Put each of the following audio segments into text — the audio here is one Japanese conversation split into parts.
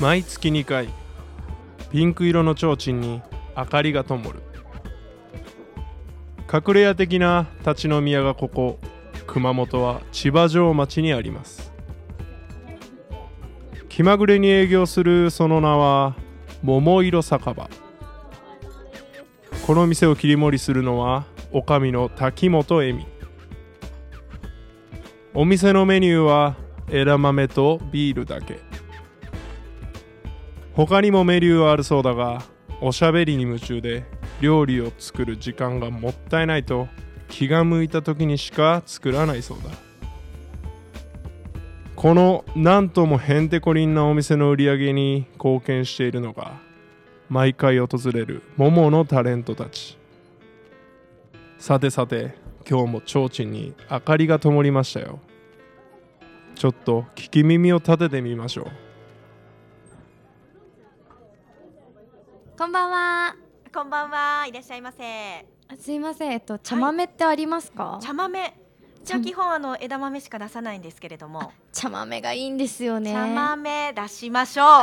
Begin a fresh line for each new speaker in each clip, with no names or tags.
毎月2回ピンク色の提灯に明かりが灯る隠れ家的な立ち飲み屋がここ熊本は千葉城町にあります気まぐれに営業するその名は桃色酒場この店を切り盛りするのは女将の滝本恵美お店のメニューは枝豆とビールだけ他にもメニューはあるそうだがおしゃべりに夢中で料理を作る時間がもったいないと気が向いた時にしか作らないそうだこのなんともへんてこりんなお店の売り上げに貢献しているのが毎回訪れるモモのタレントたちさてさて今日も提灯に明かりが灯りましたよちょっと聞き耳を立ててみましょう
こんばんは。
こんばんは。いらっしゃいませ。
あすいません。えっと茶豆ってありますか？
茶豆。じゃあ基本あの枝豆しか出さないんですけれども。
茶豆がいいんですよね。
茶豆出しましょ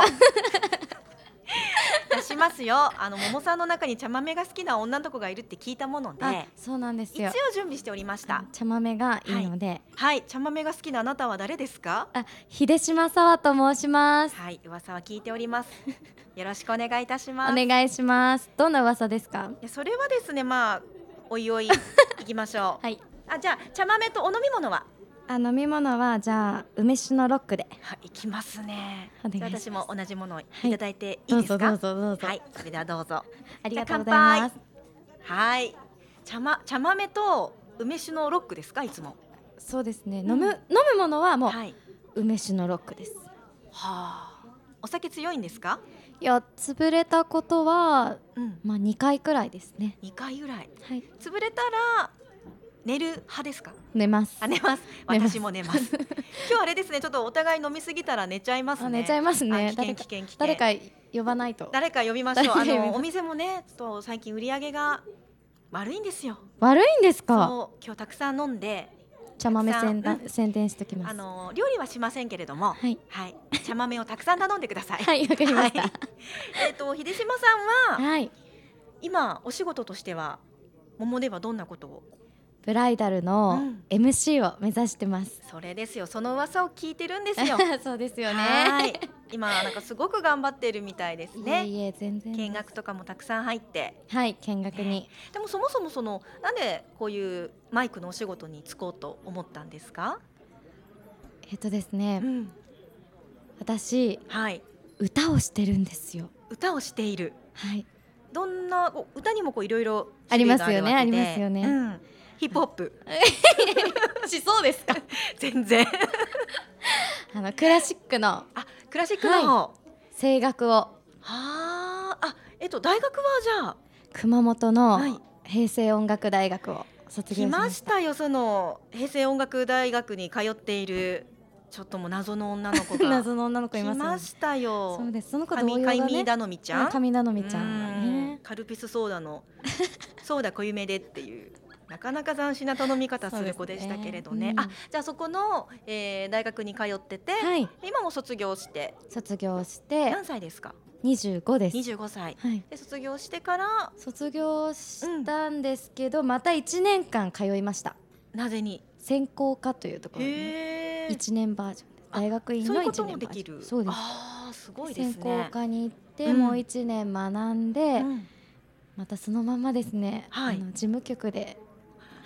う。出しますよ。あの桃さんの中に茶豆が好きな女の子がいるって聞いたもの
あ
で、。
そうなんです
一
よ
応。準備しておりました。
茶豆がいいので、
はい、茶豆が好きなあなたは誰ですか？
あ秀島沙和と申します。
はい、噂は聞いております。よろしくお願いいたします。
お
い
願いします。どんな噂ですか？
やそれはですね、まあおい おい行きましょう。
はい。
あ、じゃあ茶豆とお飲み物は。
あ飲み物はじゃあ梅酒のロックで。
はい、行きますね。
お願いし
じゃあ
ます
私も同じものをい
い
ただいていいですか？
どうぞどうぞどうぞ。
はい、それではどうぞ。
ありがとうございます。
はい。茶ま茶豆と梅酒のロックですかいつも。
そうですね。
ん
飲む、飲むものはも
はい。
う梅酒のロックです。
はあ。お酒強いんですか？
いや潰れたことは
うん。
まあ2回くらいですね。
二回ぐらい。
はい。
潰れたら寝る派ですか？
寝ます。
あ寝ます。
寝ます
私も寝 ます。今日あれですね。ちょっとお互い飲みすぎたら寝ちゃいます
あ
ね。
寝ちゃいます
あ
ね。
危険
誰
危
か
険危険。
誰か呼ばないと。
誰か呼びましょう。あ
誰か呼びましょ
の
う
お店もね、ちょっと最近売り上げが悪いんですよ。
悪いんですか。
そう今日たくさん飲んで、
茶豆宣
たく
伝宣伝しときま
あ
す。は
の料理はしませんけれども、はい、
い
茶豆をたくさん頼んでください。
はいわかりました
はい。えっと秀島さんは
はい。
今お仕事としては桃ではどんなことを？
ブライダル
う
の
ん
MC を目指してます。
それですよ。その噂を聞いてるんですよ。
そう ですよ
は
ね。
い。今なんかすごく頑張ってるみたいです
いえ
ね。
いえ全然。
見学とかもたくさん入って、
はい見学に。
でもそもそもそのなんでこういうマイクのお仕事に就こうと思ったんですか？
えっとです
う
ね。
ん、
私
はい。
歌をしてるんですよ。
歌をしている。
はい。
どんなこう歌にもこういろいろ
ありますよね
種類がるわけで
ありますよね
うんヒップホップ
しそうですか。
全然。
あのクラシックの
あクラシックの方。は
声楽を
ああえっと大学はじゃあ
熊本
はい
の平成音楽大学を卒業
来
しま
ま
し
したよその平成音楽大学に通っているちょっともう謎の女の子
た。
が
謎の女の子い
来
ますよね
ま。したよ。
そうです。その子同
神
様が
神
ね。
頼みちゃん。
神頼みちゃんが
うん
ね。
カルピスソーダの ソーダ小夢でっていうなかなか斬新な頼み方する子でしたけれど
そう
ね。
です
あ
ね
じゃあそこの、えー、大学に通ってて、
はい。
今も卒業して
卒業して
何歳ですか
二十五です。
25歳
はい。
で卒業してから
卒業したんですけど、また一年間通いました。
なぜに
専攻科というところに
へー
一年バージョンです。大学院
そうい
の
うこ
一
と
年
もで
バー
き
ジョン。
る
そうです。
ああすごいで
専
す
攻
ね
科に行って、
うん
もう一年学んで、
うん
またそのままですね、
はい
あの事務局で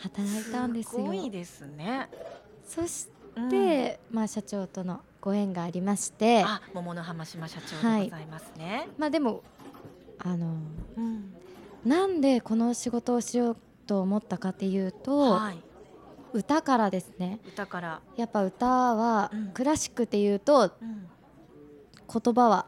働いたんです
す
よ
ごいですね
そし
うん
て、まあ社長とのご縁がありまして
あ桃の浜島社長でございますね
まあでもあの
うん
なんでこの仕事をしようと思ったかっていうと、
はい
歌からですね
歌から
やっぱ歌は
うん
クラシックっていうと
うん
言葉 は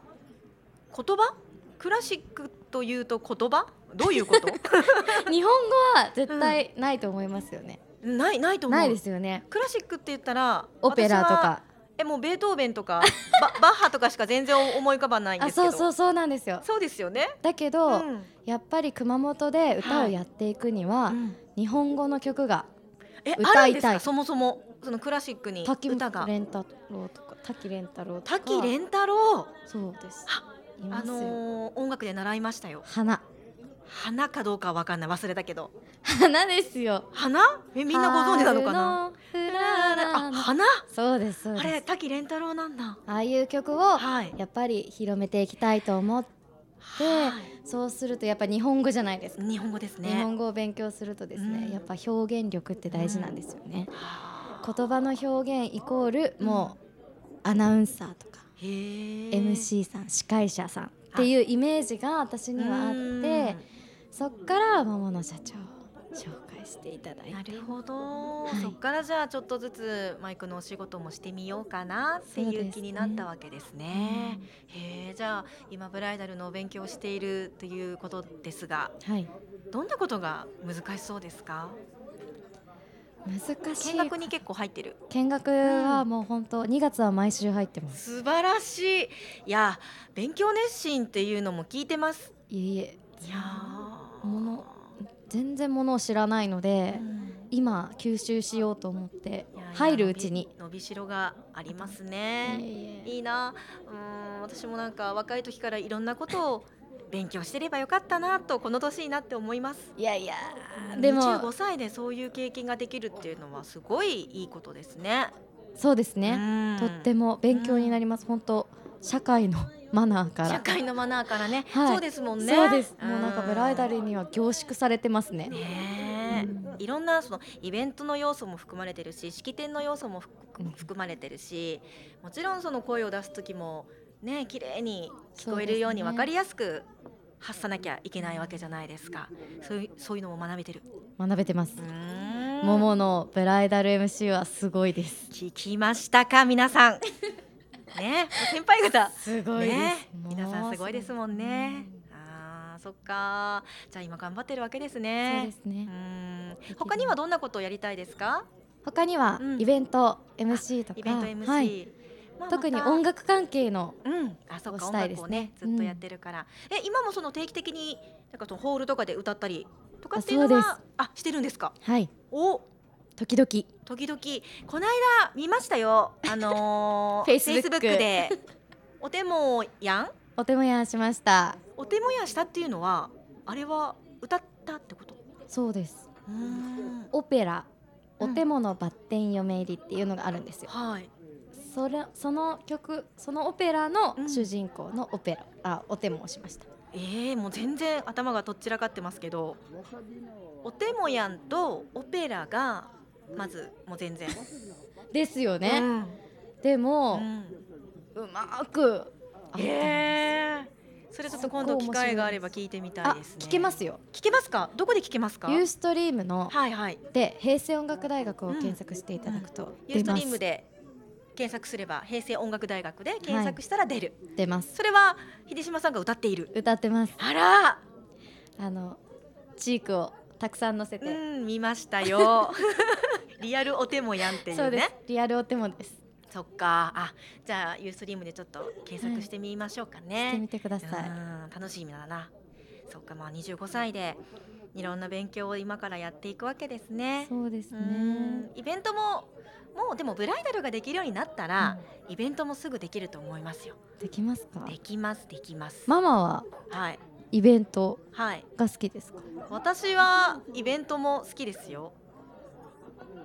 言葉クラシックというと言葉どういうこと
日本語は絶対ないと思いますよね、
ないないと思う
ないですよね
クラシックって言ったら
オペラと
私は
か
えもうベートーベンと かババッハとかしか全然思い浮かばないんで
あ
すけど
そうそうそうなんですよ
そうですよね
だけど、
ん
やっぱり熊本で歌をやっていくには、
うん
日本語の曲が
え
歌いたい
あるんですかそもそもそのクラシックに
滝
歌が
レンタロウとか滝蓮太郎とか
滝蓮太郎
そうです
あ
いま
あ
すよ、
のー音楽で習いましたよ
花
花かどうかはわかんない忘れたけど
花ですよ
花えみんなご存知なのかな
春のフラ
あ
ラの
花
そうですそうで
あ
す
れ滝蓮太郎なんだ
ああいう曲を
はい
やっぱり広めていきたいと思って
はい
そうするとやっぱ日本語じゃないですか、
日本語です
日本
ね
語を勉強するとですね、
うん
やっぱ表現力って大事なんですよね、
はあ
言葉の表現イコールもうアナウンサーとか、
へえ
MC さん司会者さんっていうイメージが私にはあってそっから桃の社長紹介していただいて
なるほど、
い
そっからじゃあちょっとずつマイクのお仕事もしてみようかなっ
そ
て
う
い
です
う
ね
気になったわけですね。へえじゃあ今ブライダルのお勉強をしているということですが
はい
どんなことが難しそうですか
難しい
見学に結構入ってる
見学はもう本当2月は毎週入ってます
素晴らしいいや勉強熱心っていうのも聞いてます
いえいえ
いやー
もの全然ものを知らないので、
うん
今吸収しようと思って
いやいや
入るうちに
伸び伸びしろがあります
いえ
ね
いえ
いいなうーん私もなんか若い時からいろんなことを勉強してればよかったなとこの年になって思います
いやいやで
25
も
歳でそういう経験ができるっていうのはすごいいいことですね
そうですね、とって
も
も勉強になります、本当社会のマナーから
社会のマナーからね、
はい
そうですもんね
そうですもうなんかブライダル
に
には凝縮されてますね
ねえいろんなそのイベントの要素も含まれてるし式典の要素もふく
うん
含まれてるしもちろんその声を出す時もね綺麗に聞
そう
こえ
です
る
ね
ように分かりやすく発さなきゃいけないわけじゃないですかそういうそういうのも学べてる
学べてます
うーん
桃のブライダル MC はすごいです
聞きましたか皆さん ね先輩方
すごいです、
ね
もう
皆さんすごいですもんねあーそっかじゃあ今頑張ってるわけですね
そうですね
うーん他にはどんなことをやりたいですか
他には
うん
イベント MC とか、
イベント MC、
はい、
まあ
特に
また
音楽関係の
うんあそっか
をし
音
たいで
楽
す
をね
ね
ずっとやってるから、え今もその定期的になんかそのホールとかで歌ったりとかっていうの
あそう
はあしてるんですか
はい
お
時々
時々この間見ましたよあ のー、
Facebook
Facebook でお手もやん
お手もやしました
お手もやしたっていうのはあれは歌ったってこと
そうです
うーん
オペラ
う
お
ん
手ものバッテン嫁入りっていうのがあるんですよ、
はい
それその曲そのオペラの
うん
主人公のオペラ、あお手もをしました
えー、もう全然頭がとっちらかってますけどおてもやんとオペラがまずもう全然
ですよ
う
ね、
ん
で
う
も、
ん
うまくあったんです
えー、それちょっと今度機会があれば
そ
聞いてみた
あ
いですね
聞けますすよ
聞けますかどこで聞けますか
ユーストリームの
はいはい
で平成音楽大学を検索していただくと
ユー
出
スト
ま
リーム
す
で検索すれば平成音楽大学で検索したら出る、
出ます
それは秀島さんが歌っている
歌ってます
あら
あのチークをたくさん乗せて、
うん見ました よリアルおてもやんっていうね
そうですリアルお手もです
そっかあじゃあユーストリームでちょっと検索してみましょうか
してみ
ね、
てください、
うん楽しみだなそっかまあ25歳でいろんな勉強を今からやっていくわけですね
そうですね
うんイベントももうでもブライダルができるようになったら、イベントもすぐできると思いますよ
できますか
できますできます、
ママは
はい
イベント
はい
が好きですか
私はイベントも好きですよ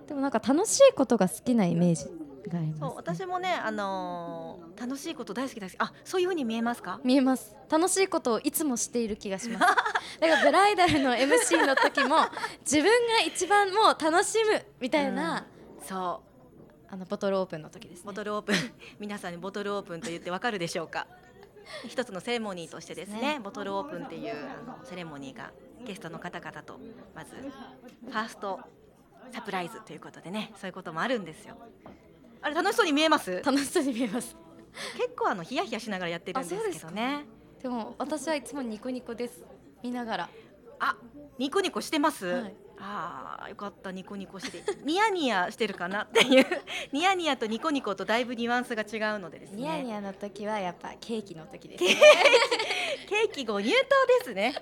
でもなんか楽しいことが好きなイメージがあります、
そう私もねあのー楽しいこと大好きだしあそういう風に見えますか
見えます楽しいことをいつもしている気がし ますだからブライダルの MC の時も自分が一番もう楽しむみたいな、
そう
あのボトルオープンの時ですね
ボトルオープン 皆さんにボトルオープンと言ってわかるでしょうか一つのセレモニーとしてですね
ですね
ボトルオープンっていうあのセレモニーがゲストの方々とまずファーストサプライズということでねそういうこともあるんですよあれ楽しそうに見えます
楽しそうに見えます
結構あのヒヤヒヤしながらやってるんです
あそう
け
です
ど
か
ね
でも私はいつもニコニコです見ながら
あ、ニコニコしてます。
はい
ああ、よかった、ニコニコして、ニヤニヤしてるかなっていう。 ニヤニヤとニコニコとだいぶニュアンスが違うのでですね。
ニヤニヤの時はやっぱケーキの時です、
ケ
ね。
ケーキご入刀です ね。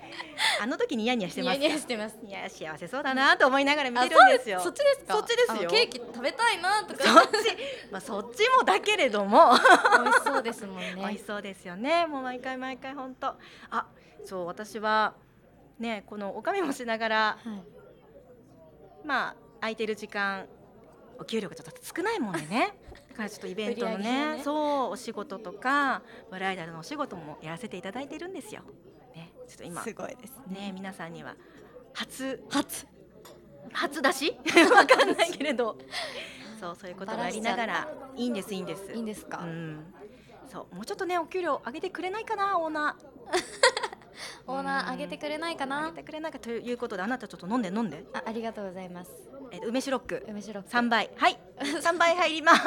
あの時ニヤニヤして
ニ
ま
ヤ
す。
ニヤしてます。
いや幸せそうだなと思いながら見て
そ
るん
う
ですよ。
そっちですか。
そっちですよ
あケーキ食べたいなと
そ
か。
っちまあそっちもだけれども、
美味しそうですもん
美味
ね
し。そうですよね。もう毎回毎回本当。あ、そう私はねこのおかみもしながら
はい。
まあ空いてる時間お給料がちょっと少ないもんでね だからちょっとイベントの
売り上げ
ね
がね
そうお仕事とかバラエティのお仕事もやらせていただいてるんですよ。ね、ちょっと今
ごいです
ね皆さんには初
初
初 出しわかんないけれどそうそういうことがありながらいいんですいいんです。
いいんですか。
うんそうもうちょっとねお給料上げてくれないかなオーナー
オーナーあげてくれないか
上
な
げ。てくれないかということであなたちょっと飲んで飲んで、
あ、ありがとうございます。
えっと梅酒ロック
梅白。
3倍はい 3倍入ります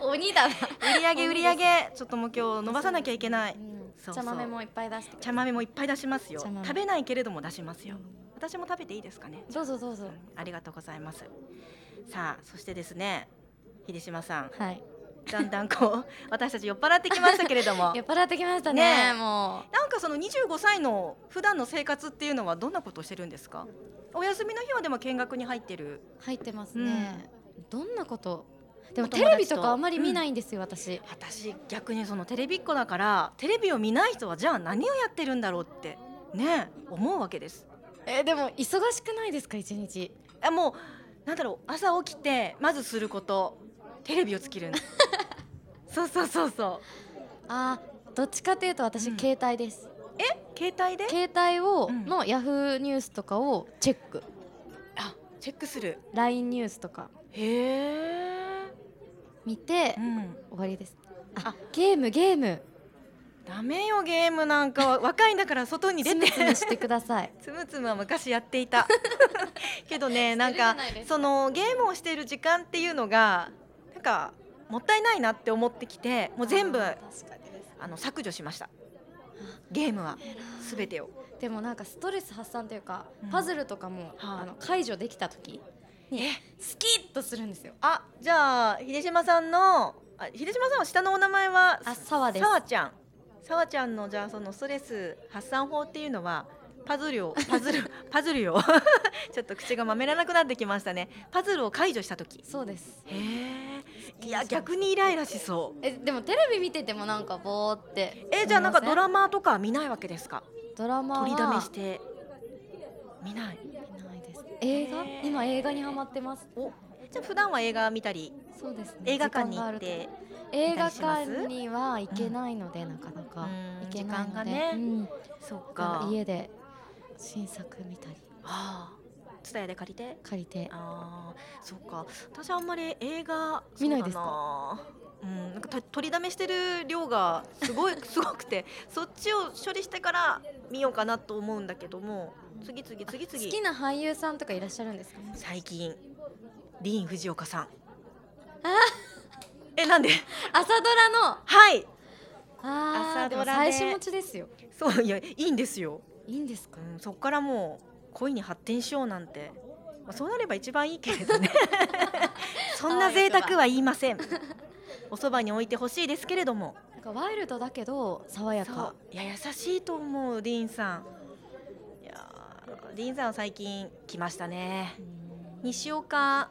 鬼だな。
売り上げ売
本当
り
です
上げちょっともう今日伸ばさなきゃいけない
うん
そうそう
茶豆もいっぱい出してくださ
茶豆もいっぱい出しますよ
茶豆
食べないけれども出します
い。
よ私も食べていいですかね
うんどうぞどうぞ
うん。ありがとうございますさあそしてですね秀島さん
はい。
だんだんこう 私たち酔っ払ってきましたけれ ども
酔っ払ってきました
ね
ね。
え
も
なんかその25歳の普段の生活っていうのはどんなことをしてるんですかお休みの日はでも見学に入ってる
う入ってますね。どんなこと。でもテレビとかあんまり見ないんですよ、私。
私逆にそのテレビっ子だからテレビを見ない人はじゃあ何をやってるんだろうってね思うわけです
えでも忙しくないですか一日
あもうなんだろう朝起きてまずすることテレビをつけ るのそうそうそうそ
あーどっちかというと私、
うん
携帯です
う携帯で
携帯を、
うん
のヤフーニュースとかをチェック
あチェックする
LINE ニュースとか
へえ
見て、
うん
終わりですあ
あ
ゲームゲーム
ダメよゲームなんか は若いんだから外に出
つ
て
むつむしてください
つむつむは昔やってい たけどね なん
してるじゃ
か
ないですか
そのゲームをしている時間っていうのがなんかもったいないなって思ってきてもう全部
あー
あ
確かにです
の削除しましたゲームはすべてを
でもなんかストレス発散というか、
うん
パズルとかも、
はい
あの解除できた時にスキッとするんですよ
あじゃあ秀島さんのあ秀島さんは下のお名前は
あサワです
さわちゃんさわちゃんのじゃあそのストレス発散法っていうのはパズルをパ ズルパズルを ちょっと口がまめらなくなってきましたねパズルを解除した時
そうです
へえいや逆にイライラしそう
えでもテレビ見ててもなんかぼーって
えじゃあなんか
思
ド
いま
ラマとか見ないわけですか
せんドラマは
取りだめして見ない
ないです映画
へー
今映画にハマってます
おじゃあ普段は映画見たり
そうですね
映画館に
時間があ
行っ
ると
て
映
た
画
りします
館には行けないので、なかなか
う
行
ん
けないので
時間がね
うん
そっ
だ
か
から家で新作見たり
ああ蔦屋で借りて
借りて
あーそっか私あんまり映画
見ないです
かうん、なんかと取りだめしてる量がす ごいすごくてそっちを処理してから見ようかなと思うんだけども次々次
好
々
きな俳優さんとかいらっしゃるんですかね
最近ディーン・藤岡さんえなんで
朝ドラの
はい
あ
朝
ーで
ドラ
も
で
最初持ちですよ
そういやいいんですよ、
いいんですか
うん、そっからもう恋に発展しようなんて、まあ、そうなれば一番いいけ れどねそんな贅沢は言いませんおそばに置いてほしいですけれども
なんかワイルドだけど爽や
そ
か
ういや優しいと思うディーンさんいやーディーンさんは最近来ましたね
うん
西岡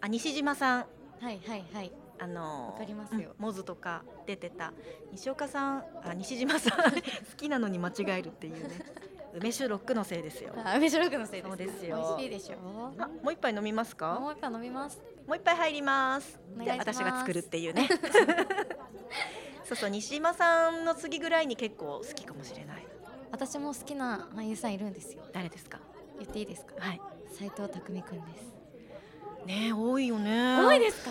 あ西島さん
はいはいはい
あのー
わかりますよ
うんモズとか出てた西岡さんあ西島さん 好きなのに間違えるっていうね梅酒ロックのせいですよ
あ梅白くのせいです
そうですよ
美味しいでしょ
あもう一杯飲みます
も
か
う一杯飲みます
もう一杯入ります
お願い
で
します
私が作るってい うねそうそう西島さんの次ぐらいに結構好きかもしれない
私も好きな俳優さんいるんですよ
誰ですか
言っていいですか
はい
斉藤匠くんです
ねえ多いよね
多いですか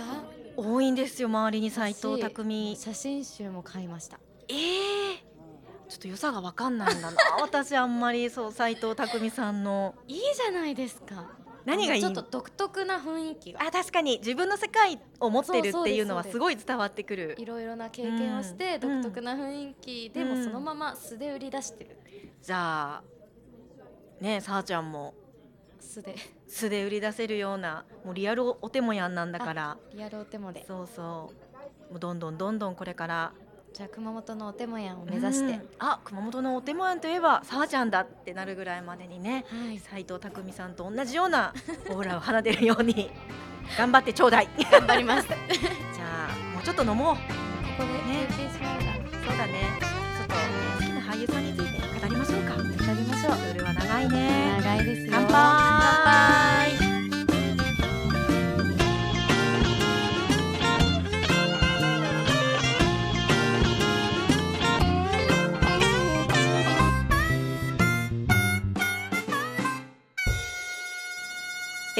多いんですよ周りに斎藤匠
写真集も買いました
えー、ちょっと良さが分かんな いんだな私あんまりそう斎藤匠さんの
いいじゃないですか
何がいい
ちょっと独特な雰囲気が
あ確かに自分の世界を持ってるっていうのは
そうそうです
すごい伝わってくる
いろいろな経験をして、
うん
独特な雰囲気でも
うん
そのまま素で売り出してる、
じゃあねさあちゃんも
素で
素で売り出せるようなもうリアルお手もやんなんだから
リアルお手もで
そうそうもうどんどんどんどんこれから
じゃあ熊本のお手もやんを目指して、
うんあ熊本のお手もやんといえばさあちゃんだってなるぐらいまでにね
はい
斉藤匠さんと同じようなオーラを放てるよう に頑張ってちょうだいじ
頑張りますここ
ゃあもうちょっと飲もう
で休憩しながら
そうだねちょっと好きな俳優さんについて語りましょうか
語りましょう
夜は長いね
長いですよ
乾杯